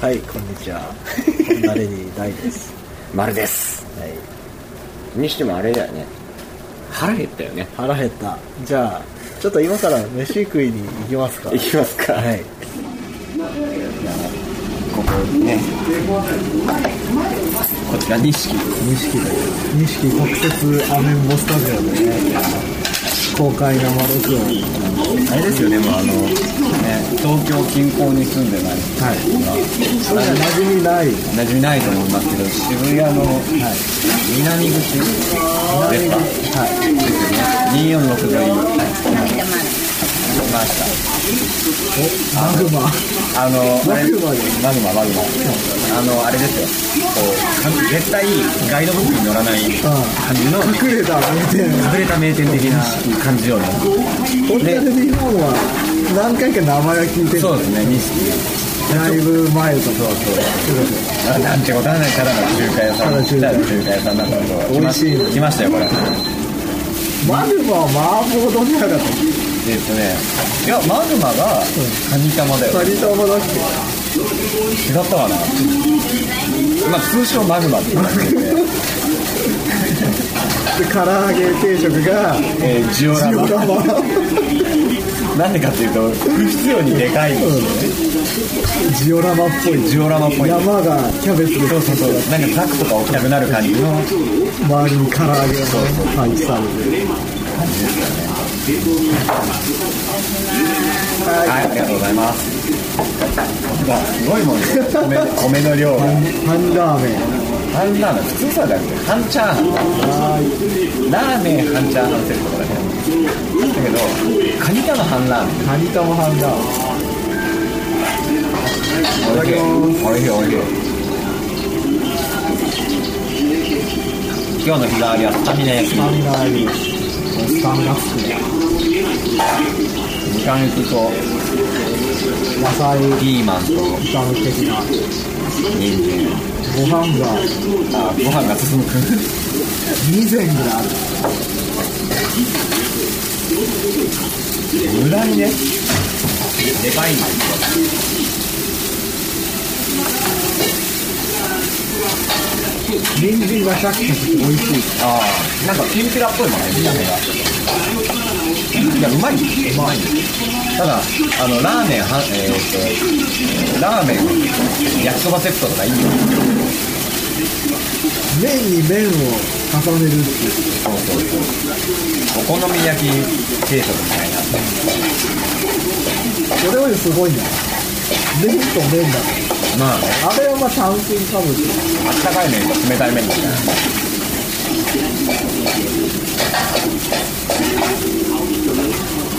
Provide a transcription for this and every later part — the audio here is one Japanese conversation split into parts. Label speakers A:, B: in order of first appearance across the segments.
A: はい、こんにちは。誰に大です。
B: 丸です
A: はい。
B: にしてもあれだよね腹減ったよね
A: 腹減った。じゃあ、ちょっと今から飯食いに行きますか。
B: いきますか
A: はい。
B: ここねこちら錦
A: 錦だよ。錦国鉄アメンボスタジオでね、公開生録音。
B: あれですよねもうあのね東京近郊に住んでない
A: はい。それじゃ馴染みない。
B: 馴染みないと思いますけど渋谷の南口ですか
A: はい。
B: 246がいいました
A: マグマ。
B: あの、あれ
A: マグマで
B: マグマ、マグマ。あの、あれですよ。こうかん、絶対ガイドブックに載らない感じの、
A: 隠れた名店。
B: 隠れた名店的な感じよね。
A: ホテル日本は何回か名前は聞いてる。
B: そうですね、錦。
A: だいぶ前とか。
B: あなんてことはない、ただの中華屋さん。
A: ただ中華屋
B: ただ中華屋さんなんだけど、
A: 美味しいね
B: 来ましたよ、これ。
A: マグマは麻婆丼じゃなかっ
B: えっとね、いや、マグマが、カニ玉だよ
A: た。。カニ玉だっけ
B: 違ったわな。まあ、通称マグマって言うんですけどね。
A: で唐揚げ定食 が
B: えー、ジオラ
A: 塩
B: マ。
A: 釜
B: なんでかっていうと、不必要にでかいんですよね。
A: ジオラマっぽい
B: ジオラマっぽい
A: 山がキャベツで
B: そうそうそう。なんかザクとか置きたくなる感じの。
A: 周りに唐揚げが配置されて
B: はい、ありがとうございます。すごいもんね。米米の量が。
A: 半ラーメン
B: 半ラーメン、普通さだよね。半チャーハ
A: は
B: ン。ラーメン半チャーハンセットだね。だけど、カニカの半ラーメ
A: いカニ玉半ラーメ
B: ン。おいしい。おいしい、おいしい。今日の日替わりはスタミナ
A: ン
B: 焼き。
A: スタミナありスタミナつくね
B: みかん焼きと、
A: 野菜
B: ピーマンと、
A: 炒め的な
B: 人参。
A: ご飯が
B: あ、ご飯が進む。
A: 2膳ぐらいある
B: 無駄にね。でかいんですよ。
A: 人参がシャキシャキ美味しい
B: ああ、なんかきんぴらっぽいもんね、見た目が。いや、うまい。うまい。ただ、あの、ラーメン、は、えー、と、ラーメン、焼きそばセットとかいいよ。
A: 麺に麺を重ねるっていう
B: そうそうそう。お好み焼き定食みたいな。
A: それよりすごいんだ麺と麺だから
B: まあね、
A: あれはまあ炭水化物
B: あったかい麺と冷たい麺みたいな。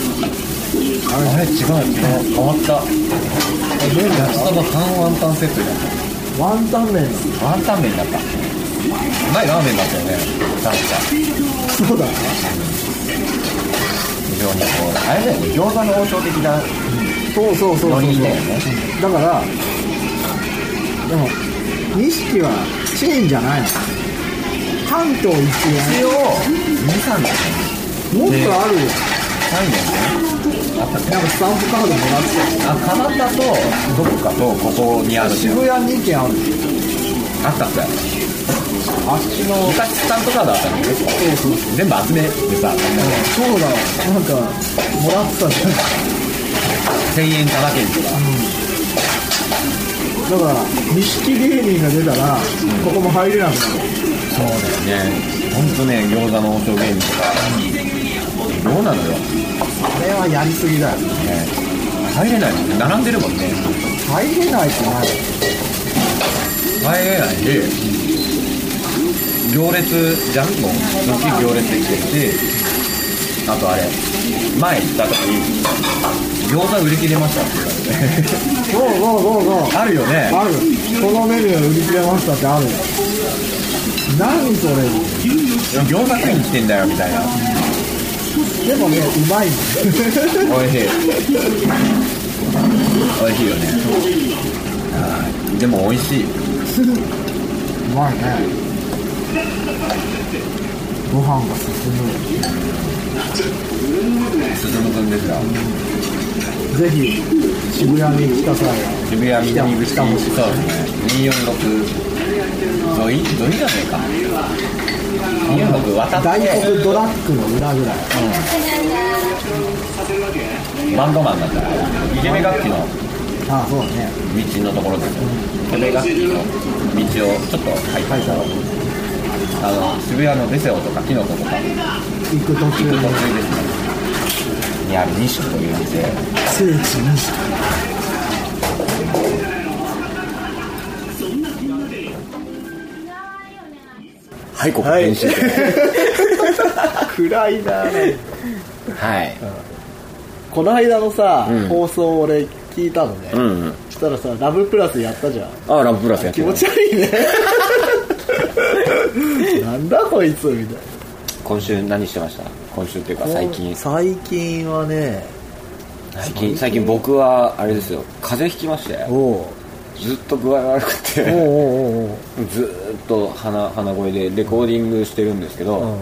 A: 麺だ
B: あれ違うあ変わった焼きそば半ワンタンセットになった
A: ワンタン麺
B: ワンタン麺だった。前ラーメンだったよね。確か。
A: そうだな
B: 非常にこう、あれだよね、餃子の王将的な
A: そうそうそうそう
B: ノ
A: そう
B: リだよね。
A: だからでも錦はチェーンじゃないの関東一
B: 一応、2、3年。
A: 円もっとあるよ
B: 3年ね。あった
A: なんかスタンプカードもらって
B: あ、蒲田と、どこかと、ここにある
A: た
B: っていう
A: 渋谷2軒ある
B: あったんだよ。あっちの、昔スタンプカードあったんだけど、
A: そうそう
B: 全部集めてさ、みんなで
A: そうだわなんかもらってたじゃん
B: 1000円かなけんと
A: だ
B: か。
A: から錦芸人が出たらここも入れなくなる
B: そうだよね。ほんとね、餃子の王将芸人とか。どうなのよ。ね
A: あれはやりすぎだよ
B: 入れないもんね。並んでるもんね。
A: 入れないってない
B: 入れないで、行列じゃんもう、大きい行列できてるし、あとあれ、前行った時に、餃子売り切れましたって言われて。
A: ゴーゴーゴーゴー
B: あるよね。
A: あるこのメニュー売り切れましたってあるよ何それ
B: 餃子食いに来てんだよ、みたいな。
A: でもね、うまいもん。
C: おいしいおいしいよねはいでもおいしいう
A: まいね。ご飯が進む。
C: 進むくんですが
A: ぜひ、渋谷に来た際は。
C: 渋谷南口
A: 北も
C: そうですね246ゾイゾイじゃねえか246渡っ
A: 大
C: て
A: 黒ドラッグの裏ぐらい。
C: バンドマンだったからいじめ楽器の
A: ああ、そうだね。
C: 道のところですよいじめ楽器の道をちょっと入った
A: 会社
C: あの渋谷のデセオとかキノコとか
A: 行く途中
C: 途
A: の
C: 中ですねにある西区という店
A: 聖地にし
C: はいここ
A: はい
C: 編集長
A: 暗いな
C: はい
A: この間のさ、
C: うん
A: 放送俺聞いたのね、
C: うんうん
A: そしたらさ「ラブプラス」やったじゃん
C: あラブプラスやっ
A: 気
C: てる
A: 持ち悪いね なんだこいつみたいな
C: 今週何してました今週っていうか最近
A: 最近はね
C: 最近最近僕はあれですよ風邪ひきまして
A: おうおう
C: ずっと具合悪く
A: お
C: て
A: うおうおう
C: ずーっと鼻鼻声でレコーディングしてるんですけど、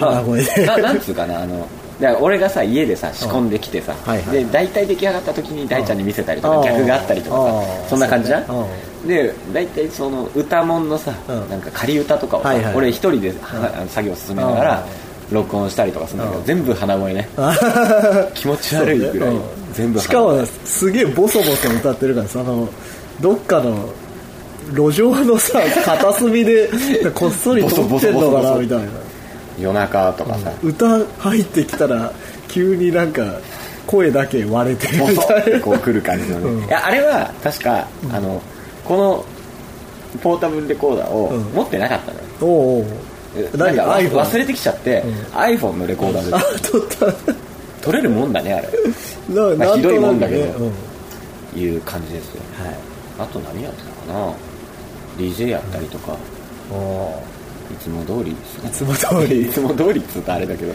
C: まあ
A: 鼻声で
C: ななんつうかなあのだから俺がさ家でさ仕込んできてさ、
A: はいはい
C: で大体出来上がった時に大ちゃんに見せたりと
A: う
C: か
A: ん
C: 逆があったりとか
A: う
C: さ
A: ん
C: そんな感じじゃん
A: そうね
C: で大体その歌もんのさ、
A: うん
C: なんか仮歌とかをさ、
A: はいはい
C: 俺一人では作業進めながら録音したりとかするんだけど、全部鼻声ね気持ち悪いぐらい、
A: そうね
C: 全部
A: しかもすげえボソボソ歌ってるからさあのどっかの路上のさ片隅 でこっそり撮ってんのかなみたいな
C: 夜中とかさ、
A: 歌入ってきたら急になんか声だけ割れてる
C: ボ
A: み
C: ソ
A: た
C: ッ
A: い
C: て
A: な
C: こう来る感じのね、
A: うん
C: いやあれは確か、あのこのポータブルレコーダーを
A: うん
C: 持ってなかったのよ、
A: おうおう
C: え
A: 何
C: なんか
A: iPhone？
C: 忘れてきちゃって、
A: ん
C: iPhone のレコーダ
A: あ
C: ーで
A: 撮った
C: 撮れるもんだねあれ
A: な
C: ま
A: な
C: あ
A: んとなくね
C: ひどいもんだけど
A: うん
C: いう感じですよ、あと何やってたかな DJ やったりとか、いつも通りですね
A: いつも通り
C: いつも通りっつうとあれだけど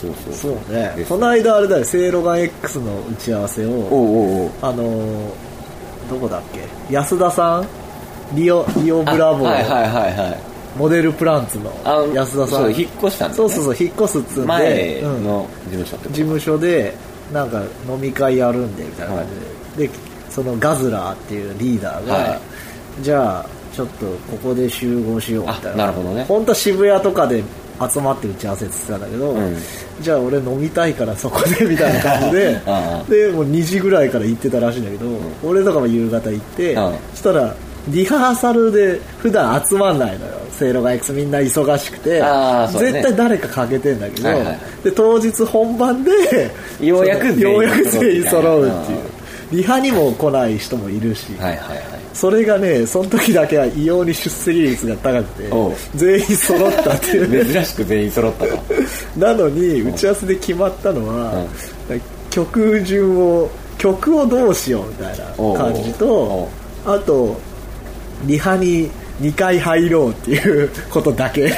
C: そうそう
A: そうね
C: です
A: この間あれだよセイロガン X の打ち合わせを
C: おうおうおう
A: あのーどこだっけ安田さんリオリオブラボー、
C: あはいはいはいはい
A: モデルプランツの
C: あの
A: 安田さ
C: そ
A: ん
C: う引っ越したんだ
A: そ
C: よ
A: う
C: ね
A: そうそう引っ越すっつうんで
C: 前
A: うん
C: の事務所ってこ
A: 事
C: と
A: 務所でなんか飲み会やるんでみたいな感じで,、でそのガズラーっていうリーダーが、
C: は
A: じゃあちょっとここで集合しようみたいな
C: あなるほどね
A: 本当は渋谷とかで集まって打ち合わせって言ってたんだけど、
C: うん
A: じゃあ俺飲みたいからそこでみたいな感じで
C: ああ
A: でもう2時ぐらいから行ってたらしいんだけど、俺とかも夕方行って、
C: うん
A: そしたらリハーサルで普段集まんないのよせいろが X みんな忙しくて、
C: ああそうだね
A: 絶対誰か欠けてんだけど、
C: はいはい
A: で当日本番で
C: ようやく
A: その
C: 全員
A: ようやく全員揃うっていう
C: うん
A: リハにも来ない人もいるし、
C: はいはいはい
A: それがねその時だけは異様に出席率が高くて
C: おう
A: 全員揃ったっていうね
C: 珍しく全員揃っ たと
A: なのに打ち合わせで決まったのは、曲順を曲をどうしようみたいな感じ
C: おう
A: とあとリハに2回入ろうっていうことだけ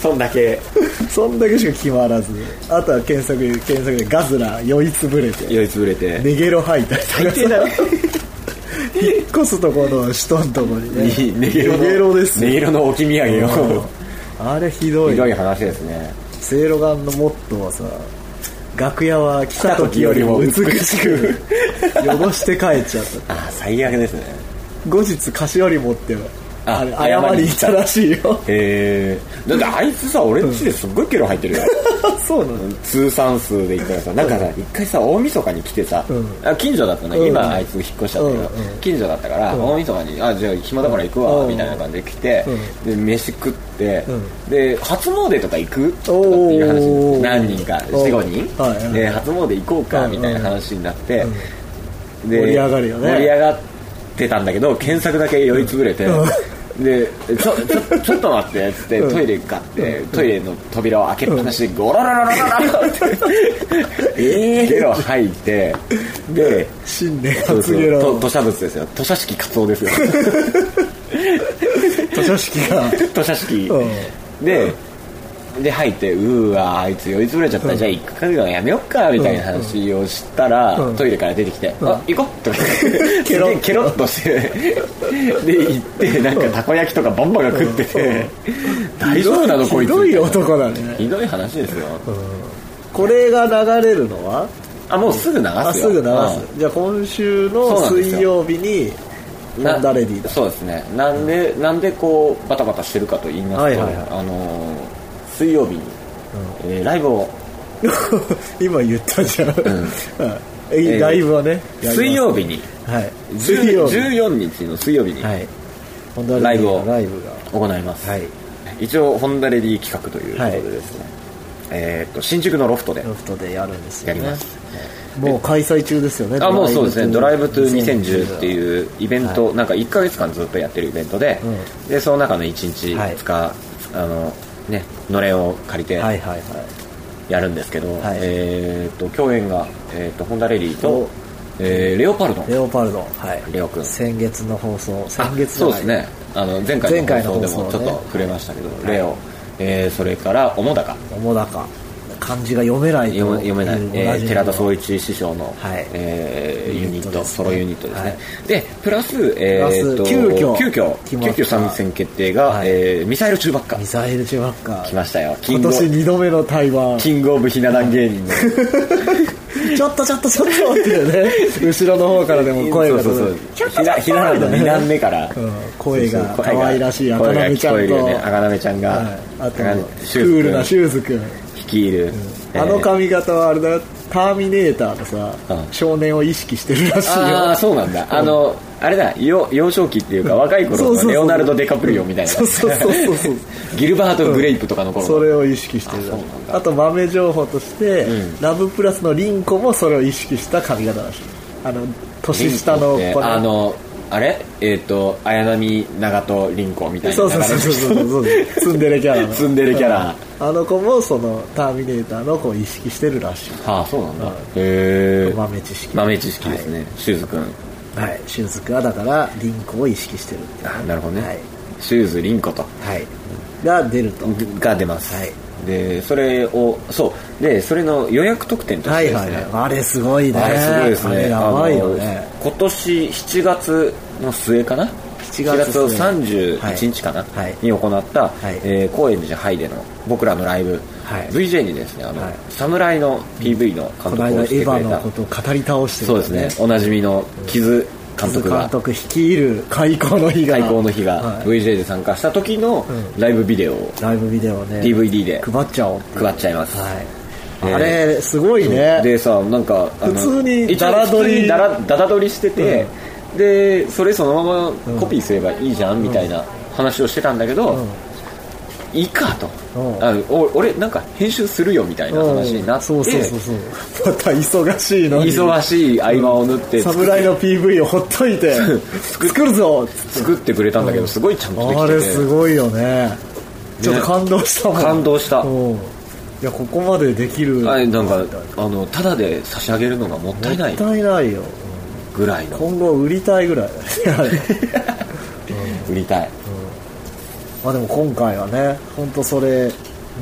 C: そんだけ
A: そんだけしか決まらずあとは検索で検索でガズラ酔いつぶれて
C: 酔いつぶれて、
A: ネゲロ吐いたりとか
C: 最低だろ
A: さ 引っ越すとこの人のとこにね
C: にネゲロの
A: ネゲロですよ
C: ネゲロの置き土産を
A: あれひどい
C: ひどい話ですね
A: セイロガンのモットーはさ楽屋は来た時よりも美しく汚して帰っちゃっ
C: ああ最悪ですね
A: た後日菓子折り持って
C: あ
A: あれ謝りに行ったらしい よ
C: へえだってあいつさ俺んちですっごいケロ入ってるよ
A: そうなの
C: 通算数で言ったらさなんかさ一回さ大晦日に来てさ、
A: うん
C: あ近所だったの、
A: うん
C: 今あいつ引っ越しちゃった
A: うんう
C: けど、
A: ん
C: 近所だったから、大晦日にあじゃあ暇だから行くわ、
A: うん
C: みたいな感じで来て、で飯食って、
A: うん
C: で初詣とか行くとかって
A: おー
C: いう話に何人か
A: おー
C: 45人、
A: はいはい
C: で初詣行こうか、
A: うん
C: みたいな話になって、で
A: 盛り上がるよね
C: 盛り上がってたんだけど検索だけ酔いつぶれて、でちょちょちょっと待ってっつって、トイレ買ってトイレの扉を開けっぱなしでゴロロロロロロってゲロ吐いてで
A: 新年
C: そうそ
A: 初ゲ
C: うと
A: ロ
C: 土砂物ですよ土砂式カツオですよ
A: 図書式が
C: 土砂式
A: うん
C: でで入ってうーわーあいつ酔いつぶれちゃった、じゃあ行くかやめよっかみたいな話をしたら、
A: うん
C: トイレから出てきて、
A: ん
C: あ行こうとか ケロケロっとしてで行ってなんかたこ焼きとかバンバンが食ってて、大丈夫なのこい
A: ひ
C: つ
A: どい
C: みたな
A: 男だね
C: ひどい話ですよ、
A: これが流れるのは
C: あもうすぐ流すよ
A: あすぐ流す
C: う
A: じゃあ今週の
C: そうなんですよ
A: 水曜日に
C: ん
A: なんだレディーだ
C: そうですねなんでなんでこうバタバタしてるかと言いますと、
A: はいはいはい
C: あのー水曜日に、えーライブを
A: 今言ったじゃん、 え
C: えー
A: ライブはね
C: 水曜日に
A: 日はい水曜日
C: 14日の水曜日に
A: はいホンダレディーの
C: ライブを
A: ライブが
C: 行います、
A: はい
C: 一応ホンダレディ企画ということでですね、えーっと新宿のロフトで
A: ロフトでやるんですよ、ね、
C: やります
A: もう開催中ですよね
C: あもうそうですね「ドライブトゥ
A: 2010
C: 2010」っていうイベント、なんか1か月間ずっとやってるイベントで、
A: う
C: でその中の1日
A: はい
C: 2日、あのねのれんを借りて
A: はいはいはい
C: やるんですけど、
A: はい
C: えーっと共演が、えーっとホンダレディと
A: お、
C: えーレオパルドン
A: レオパルドはい
C: レオ君
A: 先月の放送
C: あ
A: 先月じゃ
C: そう
A: ない
C: ですねあの前
A: 前
C: 回
A: 回
C: の
A: の放
C: 放送で
A: 送
C: も
A: ね
C: ちょっと触れましたけど、レオ、えーそれから小野高
A: 主だか漢字が読めないと
C: 読め読めない、
A: う
C: え
A: 同じ
C: ー
A: の
C: 寺田総一師匠の、
A: はい
C: えーユニ
A: ユニッ
C: ット
A: トですね
C: ソロユニットですね、
A: はい
C: でプラス,、えー、
A: プ
C: と
A: ラス急遽
C: 急
A: 決
C: 遽
A: まった
C: 急遽参戦決定が、
A: はい
C: えーミサイル中ばっか
A: ミサイル中ばっか
C: 来ましたよキン
A: 今
C: グオ
A: 年2度目の台湾
C: キングオブひな壇 芸人の
A: ちょっとちょっとちょっとって いうね後ろの方からでも声が
C: そうそうそうひなひな壇の2段目から、
A: うん声が
C: そうそう
A: 可愛らしい
C: 声が
A: 赤波ちゃんと
C: 声が聞こえるよね赤波ちゃんが、
A: はい、あとク
C: 赤波
A: ールなシューズくん
C: 率いる、
A: あの
C: えー
A: 髪型はあれだよターミネーターのさ、
C: うん
A: 少年を意識してるらしいよ
C: ああそうなんだあのあれだ幼幼少期っていうか若い
A: そ
C: 頃
A: うそうそ
C: の
A: う
C: レオナルド・デカプリオみたいな
A: そうそうそうそうそう
C: ギルバート・グレイプとかの頃
A: それを意識してるらしいあと豆情報として、ラブプラスのリンコもそれを意識した髪型らしいあの年下の
C: リンコ
A: 子
C: って
A: の
C: あのあれえっ、と綾波長門凛子みたいな
A: そうそうそうそうそうそうツンデレキャラの
C: ツンデレキャラ
A: うんあの子もそのターミネーターの子を意識してるらしい
C: はあそうなんだ、へえ
A: 豆知識
C: 豆知識ですね、シューズくん
A: はい俊介はだからリンコを意識してるっていう
C: あなるほどね、
A: はい
C: シューズ凛子と
A: はいが出ると
C: が出ます、
A: はい
C: でそれをそうでそれの予約特典とし
A: は
C: てで
A: い
C: すね、
A: はいあれすごいね
C: あれすごいです
A: あれ
C: ね。
A: やばいよね
C: あの今年7月の末かな
A: 7月ですね
C: の31日かな、
A: はいはい
C: に行った、
A: い
C: えー高円寺ハイでの僕らのライブ、
A: はい
C: VJ にですね、あの、
A: はい
C: 侍の PV の
A: こ
C: 監
A: の間
C: 督を
A: エ
C: してく
A: ヴ
C: れた、
A: ァのことを語り倒して
C: そう
A: る
C: ですね、おなじみの木津監督
A: 監
C: が、
A: 督率いる開校の日が
C: 開校の日が
A: はい
C: VJ で参加した時の
A: ん
C: ライブビデオを
A: ライブビデオね
C: DVD で
A: 配っちゃおう
C: 配っちゃいます。
A: はい
C: ね
A: あれすごいね
C: でさなんかあの
A: 普通に
C: 一応
A: ダラ撮り
C: 普通にダラダラ撮りしてて、でそれそのままコピーすればいいじゃん、みたいな話をしてたんだけど、
A: ん
C: いいかと、
A: うん
C: あのお俺なんか編集するよみたいな話になって、
A: そうそうそうそうまた忙しいのに
C: 忙しい合間を縫って作,、
A: 侍の PV をほっとい て
C: 作っ
A: 作るぞつって
C: 作ってくれたんだけど、すごいちゃんとできて
A: あ
C: て
A: れすごいよねちょっと感動したもん
C: 感動した、
A: うんいやここまでできる
C: あれなんか
A: もっ
C: あのただで差し上げるのがもったいない
A: たいないよ
C: ぐらいの
A: 今後売りたい ぐらいだね
C: 売りたい、
A: まあでも今回はね本当それ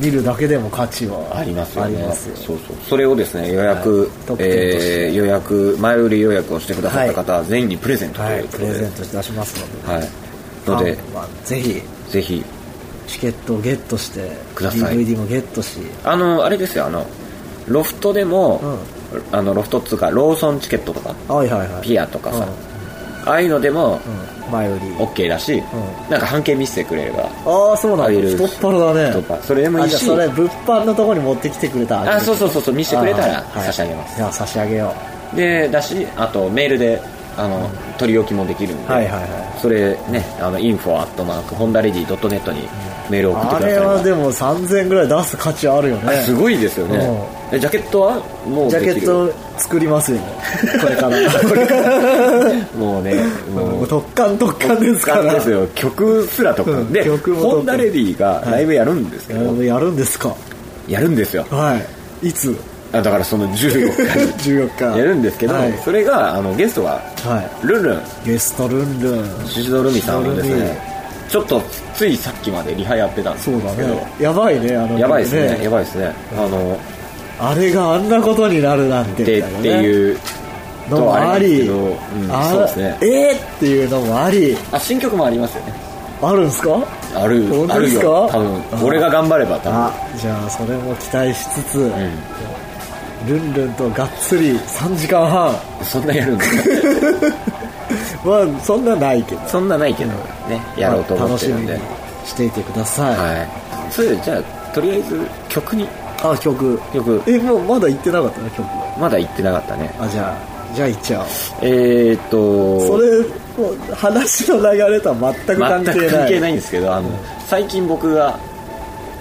A: 見るだけでも価値は
C: ありますよね
A: ありますよ
C: そうそうそれをですね予約、
A: はい特典として
C: えー予約前売り予約をしてくださった方は全員にプレゼントと
A: はいいう
C: こと
A: プ
C: で、
A: レゼントして出しますので
C: はいので
A: まあまあぜひ
C: ぜひ
A: チケットをゲットして
C: ください
A: DVD もゲットし
C: あのあれですよあのロフトでも、あのロフトっつうかローソンチケットとか
A: はいはいはい
C: ピアとかさ、
A: うん
C: ああいうのでも、
A: うん前売り
C: OK だし、
A: ん
C: なんか半径見せてくれれば
A: ああそうなん
C: あげる
A: だ太っ腹だね
C: 太っ腹それでもいいし
A: あじゃあそれ物販のとこに持ってきてくれたら
C: あそうそうそうそう見せてくれたら
A: あーはい
C: 差し上げます
A: じゃあ差し上げよ
C: でだしあとメールであの、取り置きもできるんで、
A: はいはいは
C: それねあのインフォアットマークホンダレディドットネットにメール
A: う
C: を送って
A: あ
C: ください
A: れはでも3000円ぐらい出す価値あるよ
C: あ
A: ね
C: すごいですよねえジャケットはもう
A: ジ
C: で
A: ャ
C: き
A: ケ
C: る
A: ット作りますよこれ から
C: もうねも
A: も
C: う
A: う特感特感ですか
C: 感
A: ら
C: ですよ曲すらとか、
A: うん
C: で
A: 曲も特
C: ホンダレディがライブやるんですけ
A: や
C: ど、
A: るやるんですか
C: やるんですよ
A: はいい つ
C: あだからその14日に
A: 14日
C: やるんですけど、
A: はい
C: それがあのゲストが
A: は
C: ルンルン
A: いゲストルンルン
C: シシドルミさんを
A: シ
C: です
A: シドル
C: ねちょっとついさっきまでリハやってたんで
A: そ
C: す
A: うだ
C: けど、
A: ねやばいねあの
C: やばいですねやばいですねあの
A: あれがあんなことになるなんて
C: で
A: み
C: った
A: いなね
C: ていう
A: のもあり
C: とはあれですけどうん
A: あ
C: そうですね
A: えーっていうのもあり
C: あ新曲もありますよね
A: あるんすか
C: ある
A: 本
C: あ
A: 当で
C: る
A: すか
C: よ多分俺が頑張れば多分
A: あじゃあそれも期待しつつ、
C: う
A: ルンルンとがっつり3時間半
C: んそんなやるんだ
A: はそんなないけど
C: そんなないけどねやろうと思ってるんで
A: まあ楽しみにしていてください、
C: はいそれでじゃあとりあえず曲に
A: あ曲
C: 曲
A: えもうまだ言ってなかったな曲
C: まだ言ってなかったね
A: あじゃあじゃあ行っちゃおう
C: えーっと
A: それもう話の流れとは全く関係
C: 全
A: ない
C: く関係ないいんですけどあの最近僕が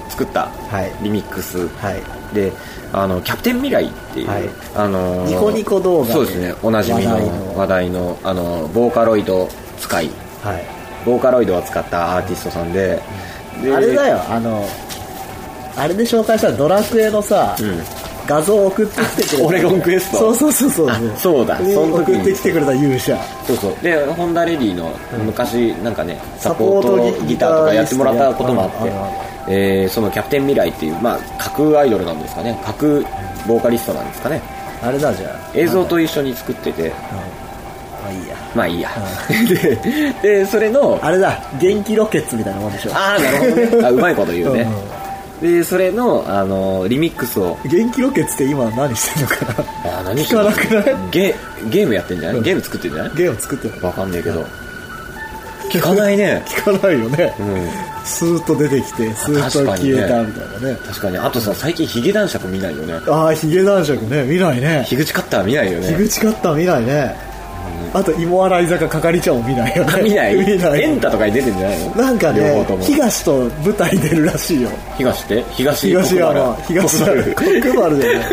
C: 作った
A: はい
C: リミックス
A: はい
C: であのキャプテン未来っていう、
A: はい
C: あのー
A: ニコニコ動画で
C: そうですねおなじみの
A: 話題
C: 話題
A: の
C: のあのボーカロイド使い
A: はい
C: ボーカロイドを使ったアーティストさんでで
A: あれだよあのあれで紹介したドラクエのさ、
C: うん
A: 画像を送ってきてくれた
C: オレゴンクエスト
A: そうそうそうそう
C: あそうだ
A: で
C: その時
A: 送
C: に
A: ってきてくれた勇者
C: そうそうでホンダレディの昔なんかね
A: サ
C: サ
A: ポ
C: ポ
A: ー
C: ー
A: トギ
C: トギターとかやってもらったこともあっ
A: あるある
C: て、えーそのキャプテン未来っていう、まあ、架空アイドルなんですかね架空ボーカリストなんですかね
A: あれだじゃあ
C: 映像と一緒に作ってて
A: あいいや
C: まあいいや ででそれの
A: あれだ電気ロケッツみたいなもんでしょ
C: ああなるほどねあうまいこと言うね
A: うん
C: でそれの、あのリミックスを
A: 元気ロケッツって今何してんのかな
C: あ何
A: 聞かなくない
C: ゲゲームやってんじゃない、
A: うん
C: ゲーム作ってんじゃない
A: ゲーム作ってる
C: わかんないけど聞かないね
A: 聞かないよね、
C: ん
A: スーッと出てきてスーッと消えたみたいなね
C: 確かにあとさ最近ヒゲ男爵見ないよね
A: ああヒゲ男爵ね見ないね
C: 樋口カッター見ないよ
A: 樋
C: ね
A: 口カッター見ないね、あと芋洗い坂係長も 見ないよ
C: あ
A: ね
C: 見ない
A: 見ない
C: エンタとかに出てんじゃないの
A: なんか
C: 両
A: ね
C: 方とも
A: 東と舞台出るらしいよ
C: 東って東
A: 東山
C: 国原
A: 東山国丸だよね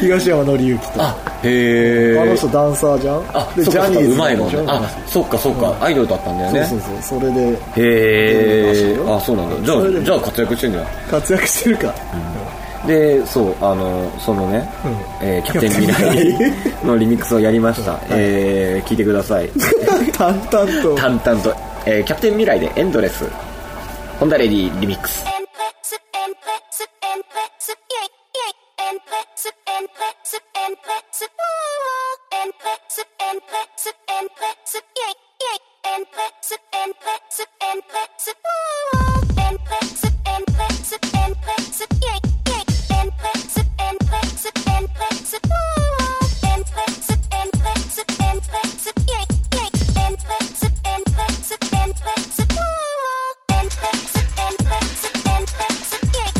A: 東山紀之とあ
C: あへえ
A: の人ダンサーじゃん
C: あそっかそっかうまいもんねあ
A: あ
C: そっかそっかアイドルだったんだよ
A: そうそ
C: ね
A: うそうそれで
C: へえあそうなんだじ
A: それで
C: ゃ
A: も
C: あじゃあ活躍してんじゃん
A: 活躍してるか、
C: でそうあのそのね、
A: うん
C: えーキャプテン未
A: キャプテン
C: 来のリミックスをやり ました、えー聞いてください
A: 淡々と
C: 淡々と、えーキャプテン未来でエンドレスホンダレディリミックス
D: Endless, endless, endless, yeah, yeah. Endless, endless, endless, woo. Endless, endless, endless, yeah, yeah. Endless, endless, endless, woo. Endless, endless, endless, yeah, yeah. Endless, endless, endless, woo. Endless, endless, endless, yeah, yeah. Endless, endless, endless, woo. Endless, endless, endless.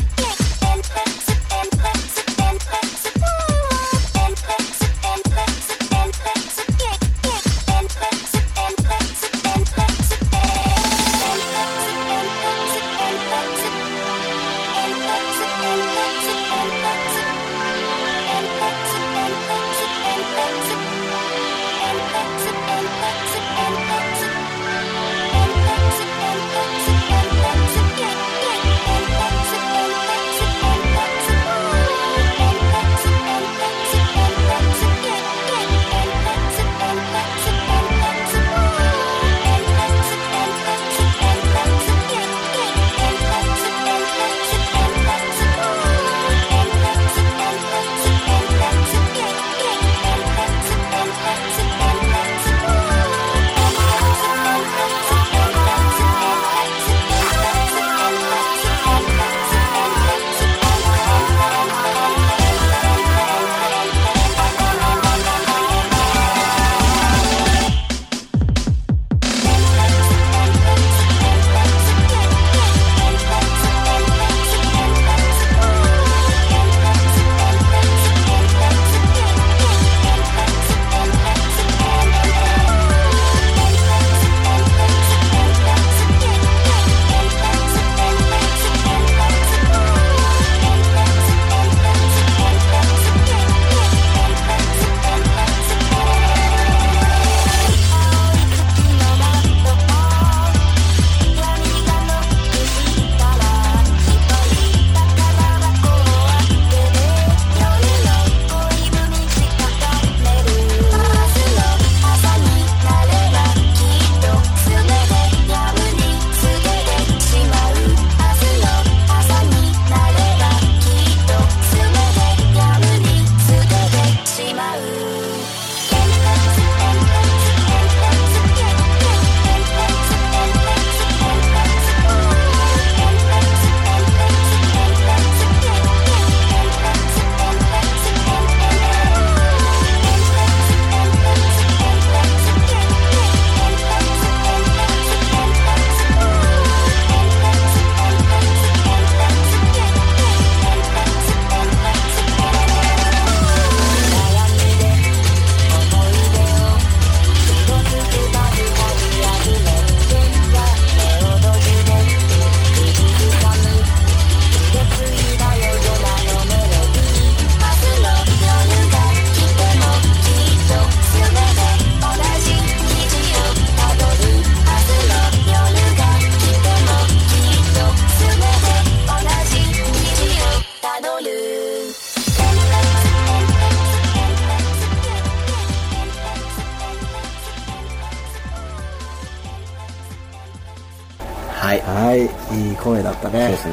A: いいい声だったね
C: そ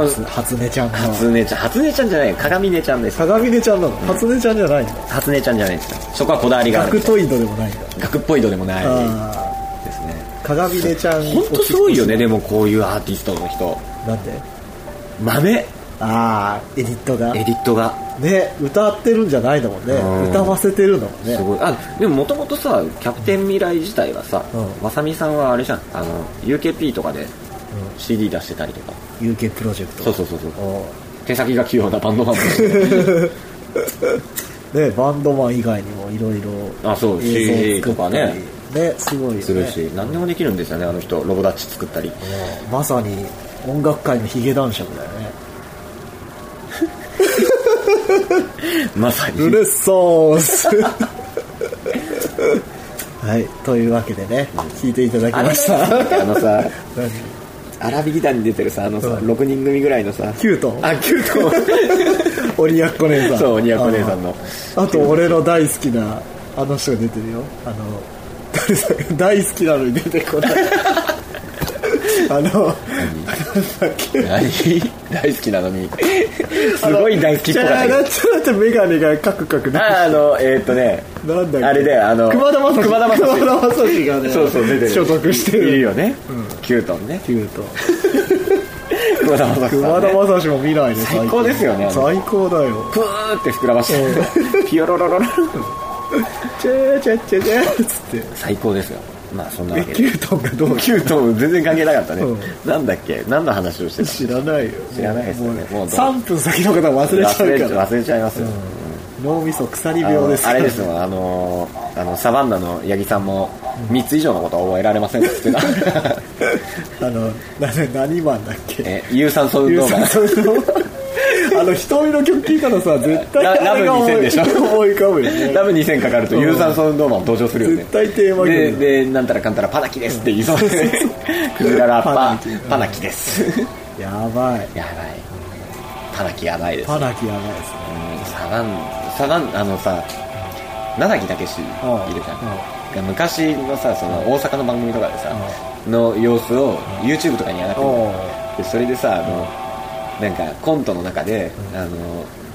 C: うですね
A: 初
C: あ
A: 初音ちゃんの
C: 初音ちゃん初音ちゃんじゃない鏡音ちゃんです
A: 鏡音ちゃんなの初音ちゃんじゃないの
C: 初音ちゃんじゃないですそこはこだわりがあ
A: ガ
C: る
A: クトイドでもないんだ
C: 学っぽいのでもない
A: あ
C: ですね
A: あ鏡音ちゃん
C: 本当すごいよねでもこういうアーティストの人
A: なんで
C: 豆
A: ああエディットが
C: エディットが
A: ね歌ってるんじゃないんだもんね
C: うん
A: 歌わせてるんだもんね
C: すごいあでももともとさキャプテン未来自体はさ、
A: うん
C: まさみさんはあれじゃんあの UKP とかで CD 出してたりとか、
A: UK プロジェクト
C: そうそうそうそう
A: お
C: 手先が器用なバンドマンも
A: ねバンドマン以外にもいろいろ
C: あそう
A: 映
C: CG
A: 像
C: と
A: を作
C: か
A: ったり
C: ね
A: ねすごいよ ね
C: するし、何でもできるんですよねあの人ロボダッチ作ったり
A: うんまさに音楽界のヒゲ男爵だよね
C: まさ
A: ル
C: に
A: ネッサン スはいというわけでね聞いていただき
C: あれ
A: まし
C: さ
A: た
C: あのさ
A: 何
C: 荒引き団に出てるさあのさ、
A: うん
C: 6人組ぐらいのさ
A: キュート
C: あキュー
A: 鬼奴姉さん
C: そう鬼奴姉さんの
A: あーあと俺の大好きなあの人が出てるよあの 誰だっけ大好きなのに出てこない あのなんだっ
C: ト
A: け
C: 何大好きなの にすごい大好きっ
A: じ
C: ぽ
A: ゃ
C: かっ
A: あ
C: たけど
A: なんちゃらってメガネがカクカクな
C: ああのえーっとね
A: なんだっけ
C: あれであの
A: 熊田正史
C: 熊田正史
A: 熊田正史がね
C: そうそう出てる
A: 所属して
C: い
A: る
C: るよね、キュートンね
A: キュート
C: 熊田正史さんね
A: 熊田正史も未来ね
C: 最高ですよね
A: 最高だよ
C: プーって膨らましてピヨロロロロ
A: チェーチェーチェーチェーっつって
C: 最高ですよまあそんなわけ
A: キ
C: で
A: ュートンがどう
C: キュートン全然関係なかったね、
A: うん
C: なんだっけ何の話をしてた
A: 知らないよ
C: 知らないですよね
A: も
C: も
A: う
C: う
A: 3分先のことは忘れち
C: 忘れ
A: ゃうから
C: 忘れちゃいますよ、
A: 脳みそ鎖
C: あの
A: 病です
C: あれですもんあのーあのサバンナの八木さんも3つ以上のことは覚えられませんっつって た
A: あのな何マンだっけ
C: え有酸素運動マン
A: 有酸素運動あの瞳の曲聴いたらさ絶対
C: ラ
A: あれが思い
C: ラブ2000でしょ
A: 思い浮かぶよね
C: ラブ2000かかると有酸素運動マン登場するよね
A: 絶対テーマ曲
C: ででなんたらかんたらパナキですって言いそうで クジララパパナキです
A: やばい
C: やばいパナキやばいです
A: パナキやばいですね
C: うんサバンサバンあのさ七木武志いるじゃんが昔のさその大阪の番組とかでさの様子を YouTube とかに上がってる
A: おう
C: でそれでさあのなんかコントの中であの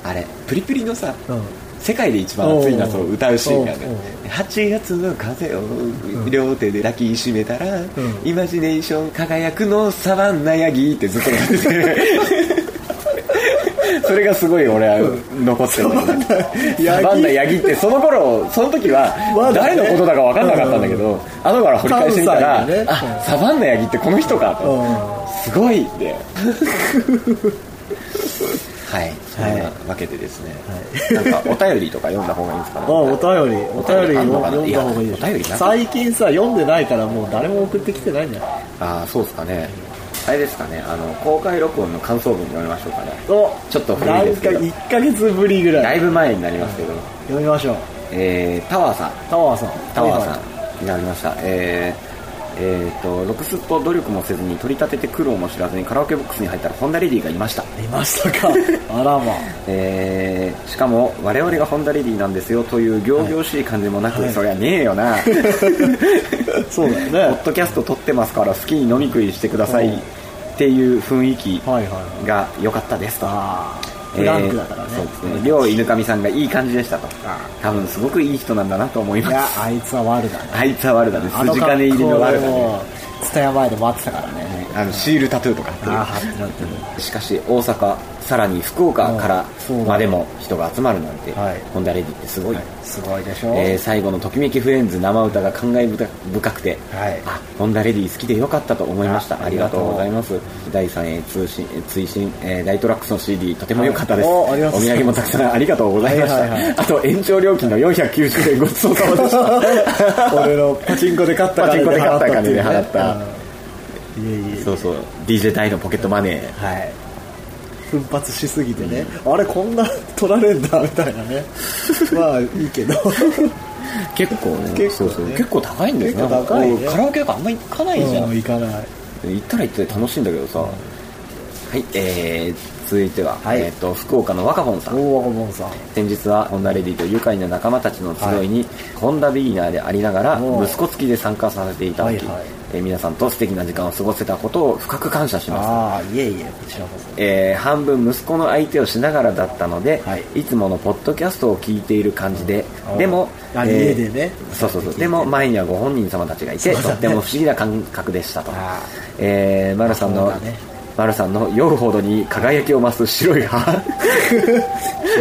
C: あれプリプリのさ
A: うん
C: 世界で一番熱い夏を歌うシーンがある
A: おうおう
C: 8月の風を両手で抱きしめたら、イマジネーション輝くのサバンナヤギってずっと歌って てそれがすごい俺は残っ てる、
A: ヤギ
C: サバンナヤギってその頃その時は
A: まだね
C: 誰のことだか分かんなかったんだけど、後から掘り返してみたら、
A: 関西のね
C: あサバンナヤギってこの人かと、
A: う
C: すごい ってはいそんなわけでですね、なんかお便りとか読んだ方がいいんですかね
A: あお便りお便り
C: あんのかな
A: 読んだ方がいい
C: やお便りな
A: 最近さ読んでないからもう誰も送ってきてないんだよ
C: ああそうですかねあれですかねあの公開録音の感想文読みましょうかね
A: お
C: ちょっと古いですけど
A: なんか1ヶ月ぶりぐら
C: だ
A: い
C: いぶ前になりますけど、
A: 読みましょう
C: えー、タワーさん
A: タワーさん
C: タワー
A: は
C: さ
A: いはい
C: んになりました、えーえー、とロクスと努力もせずに取り立てて苦労も知らずにカラオケボックスに入ったらホンダレディがいました
A: いましたかあらま
C: えーしかも我々がホンダレディなんですよという仰々しい感じもなく、
A: はい
C: そりゃねえ よなポ
A: そうだよね
C: ッドキャスト撮ってますから好きに飲み食いしてくださいっていう雰囲気
A: はいはいはい
C: が良かったですと、
A: あーフランクだからね,、
C: えーそうですね両犬神さんがいい感じでしたと
A: あ
C: 多分すごくいい人なんだなと思い
A: いや
C: ます
A: あいつは悪だね
C: あいつは悪だね
A: あの
C: 筋金入りの悪だね
A: 蔦屋前で待ってたからね
C: あのシールタトゥーとか貼ってる
A: ああってなってる
C: しかし大阪さらに福岡から
A: うんそうだね
C: までも人が集まるなんて、
A: はい
C: ホンダレディってすごい、
A: すごいでしょ、
C: えー最後の「ときめきフレンズ」生歌が感慨深深くて、
A: はい
C: あホンダレディ好きでよかったと思いました
A: あ
C: ありがとうございます第3通信えー追伸、えー、大トラックスの CD とても良かったです、
A: はいおありがとうご
C: お土
A: ざい
C: 産
A: ま
C: も
A: す
C: たくさんありがとうございました、
A: はいはいはい
C: あと延長料金の490円ごちそうさまでした
A: 俺のパチンコで勝った
C: パチンコで勝った
A: 金
C: 金で払
A: っていう
C: っ
A: ね
C: た
A: うんいえいえ
C: そうそう DJ 大のポケットマネー
A: はい奮発しすぎてね、あれこんな取られんだみたいな ねまあいい けど
C: 結構ね
A: 結構ね
C: そうそう結構高いんだよね
A: 結構高いね
C: 俺カラオケとかあんま行かないじゃん、
A: うん行かない
C: 行ったら行ったで楽しいんだけどさ、はいえー続いては、
A: はい
C: えっ、と、福岡の若本さん。
A: 大和本さん
C: 先日はホンダレディと愉快な仲間たちの集いに、ホンダビギナーでありながら
A: おう
C: 息子付きで参加させていただき、
A: はいはい
C: えー皆さんと素敵な時間を過ごせたことを深く感謝します
A: ああいえいえこちらこそ
C: えー半分息子の相手をしながらだったので、、
A: はい
C: つものポッドキャストを聞いている感じで
A: あー
C: でも、
A: あ家でね
C: そうそうそうでも前にはご本人様たちがいて、
A: そうだ
C: と
A: ね
C: っても不思議な感覚でしたと
A: あ、
C: えー、マルさんの、
A: そうだね
C: マルさんの酔うほどに輝きを増す白い歯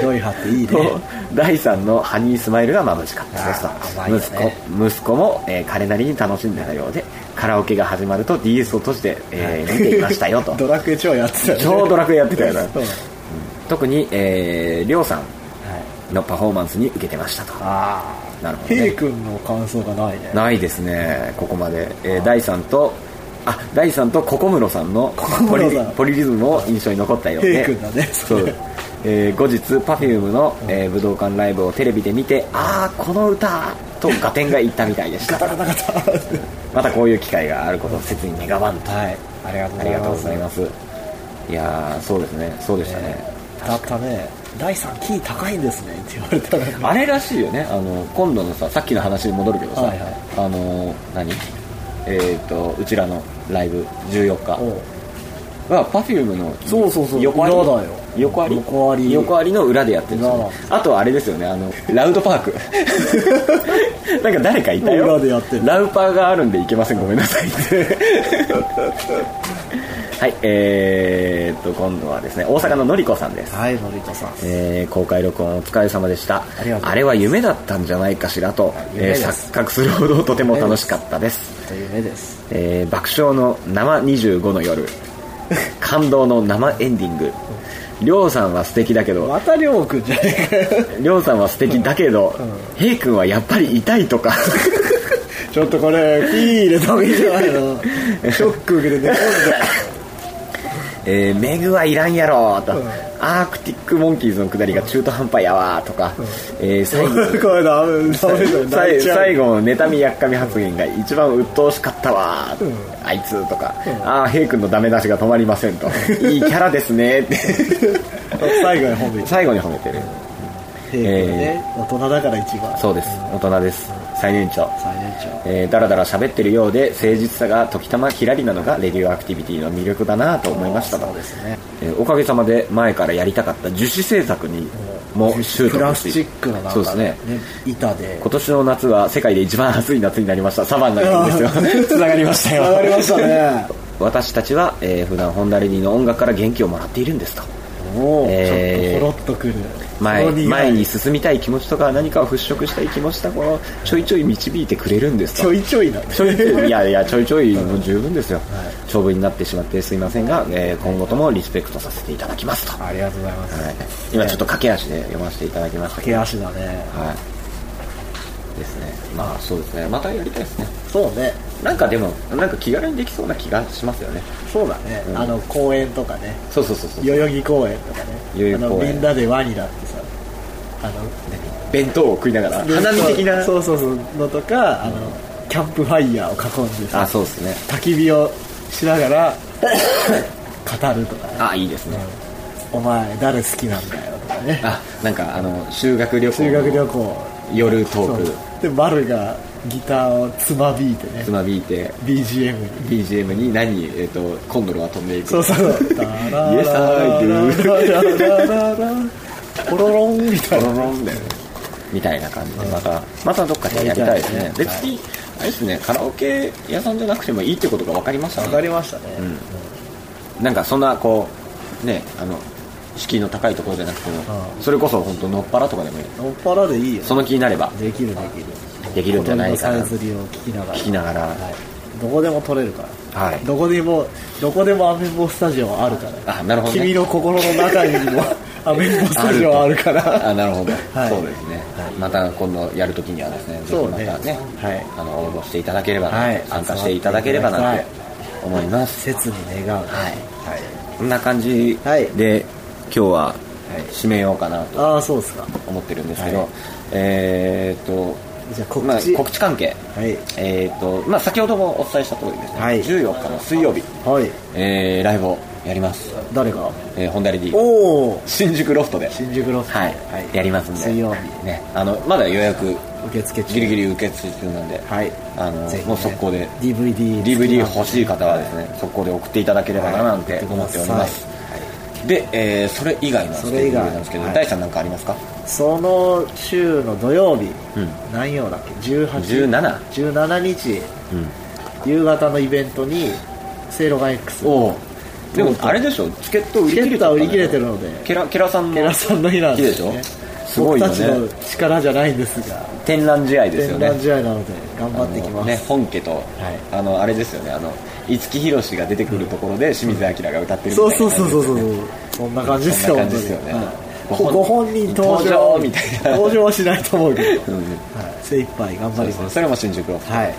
A: 白い歯って いいね
C: と第三のハニースマイルが眩しかったですと
A: あー甘いよね
C: 息子息子も、えー彼なりに楽しんでたようでカラオケが始まると DS を閉じて、えー見ていましたよ と
A: ドラクエ 超やってたよね
C: 超ドラクエやってたよな
A: そう
C: 特に、えー、りょうさ
A: はい
C: んのパフォーマンスに受けてましたと
A: ああ
C: なるほど、
A: ヘイ
C: ね、
A: 君の感想がないね
C: ないですねここまで、えー、第3とあ第3とココムロさんのポ
A: コ
C: リ
A: ムロさん
C: ポリリズムも印象に残ったよう
A: ヘイ
C: で
A: 君だね
C: そ
A: そうれ、
C: えー後日 Perfume の、えー武道館ライブをテレビで見てああこの歌とガテンが言ったみたいでし
A: ガ
C: た
A: タガタガタ
C: またこういう機会があることを切に願わんと
A: はいありがとうご
C: あ
A: ざ
C: り
A: い
C: がとう
A: ま
C: ご
A: す
C: ざいますいやーそうですねそうでしたね、
A: だったね第3キー高いんですねって言われたらね
C: あれらしいよねあの今度のささっきの話に戻るけどさ、
A: はいはい
C: あの何えっ、とうちらのライブ14日
A: おう
C: は Perfume の
A: そうそうそう
C: 横あり
A: 裏だよ
C: 横あり
A: 横あり
C: 横ありの裏でやってるんですよ
A: 裏だ
C: あとはあれですよねあのラウドパー クなんか誰かいたよ
A: 裏でやってる
C: ラウパーがあるんで行けませんごめんなさいって はいえー、っと今度はですね大阪ののりこさんです
A: はいのりこさん
C: えー公開録音お疲れ様でした
A: ありがとうございます
C: れは夢だったんじゃないかしらと、
A: 夢
C: え
A: で
C: ー
A: す
C: 錯覚するほどとても楽しかったです
A: という目です
C: えー爆笑の生25 の夜感動の生エンディングりょうさんは素敵だけど
A: またりょうくんじゃねえかよ
C: りょうさんは素敵だけど、へいくんはやっぱり痛いとか
A: ちょっとこれピー入れた方がいいんじゃないの ショック受けて寝込んじゃ
C: えーメグはいらんやろと、
A: うん
C: アークティックモンキーズのくだりが中途半端やわとか、えー最後
A: うこれダメダメだよ泣
C: 最
A: いちゃう
C: 最後の妬みやっかみ発言が一番鬱陶しかったわ、
A: うん
C: あいつとか、ああ平君のダメ出しが止まりませんといいキャラですねって
A: 最後に褒めちゃ
C: 最後に褒めてる
A: うヘイ君ね大人だから一番
C: そうです大人です最年長
A: 最年長
C: えー、だらだら喋ってるようで誠実さが時たまひらりなのがレディオアクティビティの魅力だなと思いましたと
A: そうですね
C: えーおかげさまで前からやりたかった樹脂製作にもシュート
A: プラスチックの
C: そう
A: 中
C: です
A: で
C: ね
A: ね板で
C: 今年の夏は世界で一番暑い夏になりましたサバンナな んですよつながりましたよ
A: 上がりましたね
C: 私たちは、えー普段ホンダレディの音楽から元気をもらっているんですと
A: おお
C: え
A: ち
C: ー
A: ょっとほろっとくる
C: 前
A: その苦い
C: 前に進みたい気持ちとか何かを払拭したい気持ちとかをちょいちょい導いてくれるんです
A: ち
C: と
A: ょいちょいだね
C: ち ょいちょいいやいやちょいちょいもう十分ですよ、長文になってしまってすいませんが、えー今後ともリスペクトさせていただきますと、は
A: ありがとうございます
C: い、今ちょっと駆け足で読ませていただきました
A: 駆け足だね
C: はいですねまあそうですねまたやりたいですね
A: そうね
C: なんかでもなんか気軽にできそうな気がしますよね
A: そうだね、
C: うん
A: あの公園とかね
C: そうそうそうそう
A: 代々木公園とかね
C: 代々木公園
A: あのみんなでワニだってさあの
C: 弁当を食いながら花見的な
A: そうそうそうのとかあのキャンプファイヤーを囲んで
C: あ
A: さ
C: そうですね
A: 焚き火をしながら語るとかね
C: あいいですね
A: お前誰好きなんだよとかね
C: あなんかあの修学旅行の
A: 修学旅行
C: 夜ト
A: そ
C: ー
A: う
C: ク
A: で丸がギターをつまびいてね
C: つまびいて
A: BGM に
C: BGM に何、えっとコンドルは飛んでいく
A: そうそう「イエ
C: エスアイド
A: ゥ」ポロロンみたい
C: ポ
A: な
C: ロロンだよねみたいな感じでまた、またどっかでやりたいですね
A: やりたい
C: 別
A: ですね
C: にあれですねカラオケ屋さんじゃなくてもいいってことが分かりましたね
A: わかりましたね、
C: なんかそんなこうねあの敷居の高いところじゃなくても
A: う
C: それこそ本当のっぱらとかでもいい
A: おっぱらでいいよ
C: その気になれば
A: できるできる
C: できるんじゃないかな
A: 小鳥のさえずりを聞きながら
C: 聞きながら
A: はい、どこでも撮れるから
C: はい
A: どこでもどこでもアメンボスタジオはあるから
C: あなるほどね
A: 君の心の中にも アメンボスタジオはあるから
C: あなるほど、
A: はい
C: そうですね、また今度やるときにはですねぜ
A: そう
C: ひま
A: ね
C: たね、
A: はい
C: あの応募していただければ、
A: はい
C: 参加していただければな
A: は
C: と
A: い
C: 思います
A: 切に願う
C: はい、
A: はい、
C: こんな感じで、
A: はい
C: 今日は締めようかなと
A: ああそうですか
C: 思ってるんですけど、
A: はい
C: えーっと
A: じゃあ告知
C: まあ、告知関係、
A: はい
C: えーっとまあ、先ほどもお伝えした通りですね、
A: はい
C: 14日の水曜日、
A: はい
C: えーライブをやります
A: 誰が
C: えー、ホンダレディ
A: おお
C: 新宿ロフトで
A: 新宿ロフト
C: はい、やりますんで
A: 水曜日
C: ねあのまだ予約
A: 受付中
C: ギリギリ受付中なんで、
A: はい
C: あの
A: ぜひね
C: もう速攻で
A: DVD
C: DVD 欲しい方はですね、速攻で送っていただければななんて思っております、で、えーそれ以外のス
A: そ
C: ケ
A: れ以
C: ジュー
A: 外
C: ルなんですけど、
A: はい
C: 大地さんなんかありますか
A: その週の土曜日、
C: うん
A: 何曜だっけ18
C: 17
A: 17日
C: うん
A: 夕方のイベントにセイロガン X
C: おおでもあれでしょチケット売り切れ
A: チケットは売り切れてるので
C: ケラケラさんの
A: ケラさんの日なんです、ね、
C: 日でしょすごいよ
A: 僕たちの
C: ね
A: 力じゃないんですが
C: 展覧試合ですよ
A: 展
C: ね
A: 覧試合なので頑張ってきます、
C: あのね、本家と、
A: い
C: あのあれですよねあの五木ひろしが出てくるところで清水明が歌ってるみたい
A: そ
C: な
A: うそうそうそうそう
C: う
A: そうそんな感じですよ
C: そんな感じですよね
A: 本当に
C: ご
A: はいご本人登場
C: 登場みたいな
A: 登場はしないと思うけど、
C: ん
A: はい、精一杯頑張
C: そう
A: り
C: ですね
A: ます
C: それも新宿ロフト
A: はい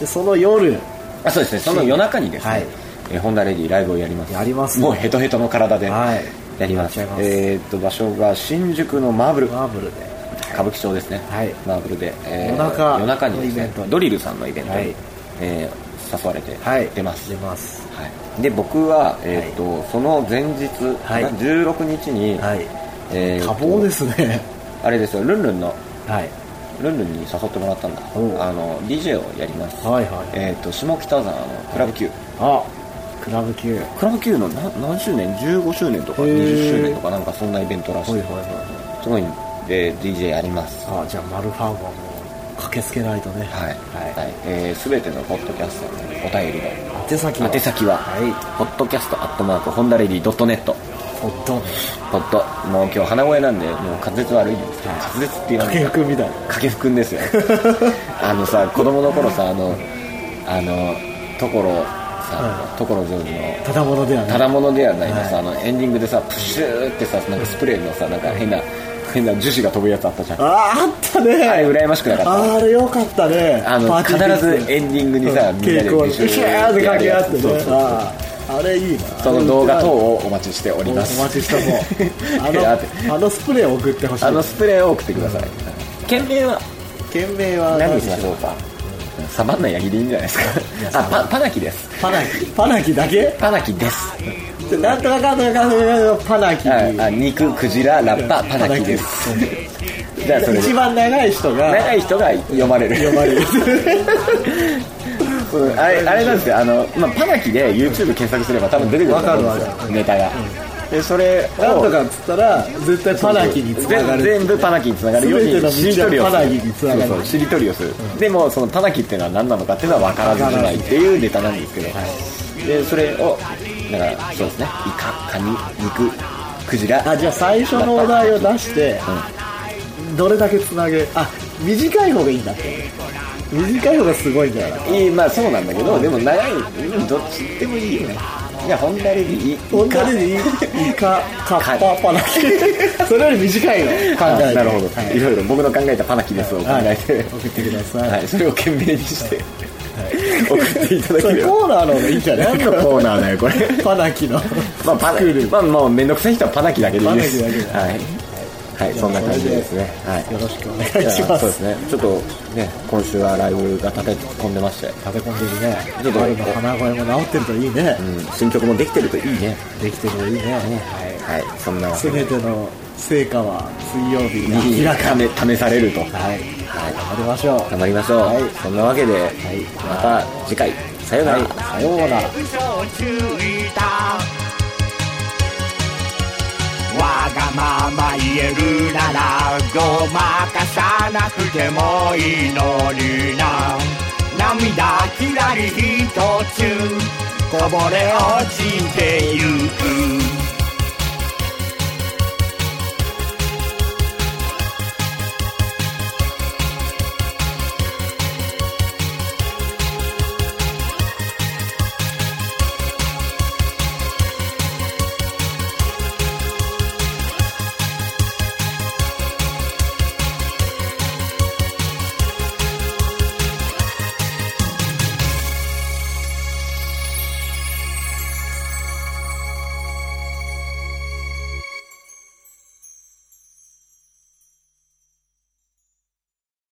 A: でその夜
C: あそうですねその夜中にですね、
A: はい
C: えーホンダレディライブをやります
A: やります
C: もうヘトヘトの体で
A: は
C: や
A: い
C: ります,、
A: やっちゃいます
C: えーっと場所が新宿のマーブル
A: マーブルで
C: 歌舞伎町ですね、
A: はい
C: マーブルで、え
A: 夜中
C: 夜中にです
A: のイベント
C: ね
A: に
C: ドリルさんのイベントに、
A: はい
C: えー誘われて
A: はい
C: 出ます、
A: 出ます
C: はい、で僕は、えーっとその前日、
A: はい
C: 16日に、
A: はい
C: えーっ
A: 多
C: と
A: 忙ですね
C: あれですよルンルンの
A: はい
C: ルンルンに誘ってもらったんだ
A: おう
C: あの DJ をやります、
A: はいはい
C: えーっと下北沢のクラブ Q、
A: あクラブ級はい
C: クラブ Q のな何周年15周年とか
A: へー
C: 20周年とかなんかそんなイベントらし
A: はい
C: い
A: はい
C: すごいで DJ やります
A: あじゃあマルファンはもう駆けつけないとね
C: はい、
A: は
C: はいえー、全てのポッドキャストのお便りの
A: い、宛先は
C: 宛先は、
A: は
C: ポッドキャストアットマークホンダレディドットネット
A: いポッド
C: ポッドもう今日鼻声なんでもう滑舌悪いんですけど滑舌っていうの
A: 掛
C: は
A: け役みたい
C: 掛布くん ですよあのさ子供の頃さあのあの所さ
A: は
C: 所ジョージの
A: なただものではない
C: ただものではないの
A: はい
C: さ、あのエンディングでさプシューってさなんかスプレーのさなんか変な変な樹脂が飛ぶやつあったじゃんあ
A: あーあったね
C: れ羨ましくなかった
A: あれよかったね
C: あの
A: パーティーピース
C: 必ずエンディングにさ
A: うん
C: みんなで
A: 蛍光
C: ビシュー
A: シャーって掛け合ってね
C: そうそうそう
A: あーあれいいな
C: その動画等
A: と
C: をお 待ちしてお
A: お
C: りま
A: 待
C: す
A: ちしても
C: いや
A: あのあのスプレーを送ってほしい
C: あのスプレーを送ってください件名は
A: 件名は
C: 何に
A: で
C: し
A: し
C: まし
A: ょ
C: ょうかサバンナヤギでいいんじゃないですか あパパナキです
A: パナキパナキだけ
C: パナキです
A: なんとかかんとかかんとかかんとかパナキ
C: はいあ肉クジララッパパナキですじゃあそれで
A: 一番長い人が
C: 長い人が読まれる
A: 呼ば れる
C: うんあれあれなんですよあの、まあ、パナキで YouTube 検索すれば多分出てくると思うんで
A: わかるわ
C: すよネタが、でそれを
A: なんとかっつったら絶対パナキにつなが
C: 全
A: る
C: 全部パナキにつながるよう
A: 全ての
C: にしりとりを
A: 道はパ
C: す
A: ナ
C: る
A: キにつながる
C: そうそうしりとりをする、でもそのパナキっていうのは何なのかっていうのは分からずじまいっていうネタなんですけど、でそれをだからそうですねイカカニ肉クジラ
A: あじゃあ最初のお題を出して、どれだけつなげあ短い方がいいんだって短い方がすごいんだよない
C: いまあそうなんだけどでも長いうんどっちでもいいよねじゃあ本題でいい
A: 女でイカカッパパナキそれより短いの考えて
C: なるほど、、
A: はいい、
C: ろいろ僕の考えたパナキですを考
A: はい
C: えて、
A: 送ってください、
C: はい、それを懸命にして、送っていただ
A: そ
C: け
A: れ
C: れば
A: コーナーの方がいいんじゃない
C: 何のコーナーだよこれ
A: パナ キの
C: まあパナ
A: クール
C: まあもう面倒くさい人はパナキだけでいいです
A: パナキだけで
C: はい、はい、そんな感じですねはい
A: よろしくお願い
C: じ
A: し
C: ゃ
A: ま
C: あそうですすねちょっとね今週はライブが立て込んでまして、
A: 立て込んでるね
C: ちょっと
A: 春の鼻声も治ってるといいね、
C: うん、新曲もできてるといいね
A: できてるといいね、
C: はいそんなわけ
A: 全
C: で
A: ての成果は水曜日に明らかに
C: 試試されると
A: はい、
C: はい
A: 頑張りましょう
C: 頑張りましょう、
A: はい
C: そんなわけで、また次回さようなら、
A: さようなら
E: 嘘をついたわがまま言えるならごまかさなくてもいいのにな涙きらりひとつこぼれ落ちてゆく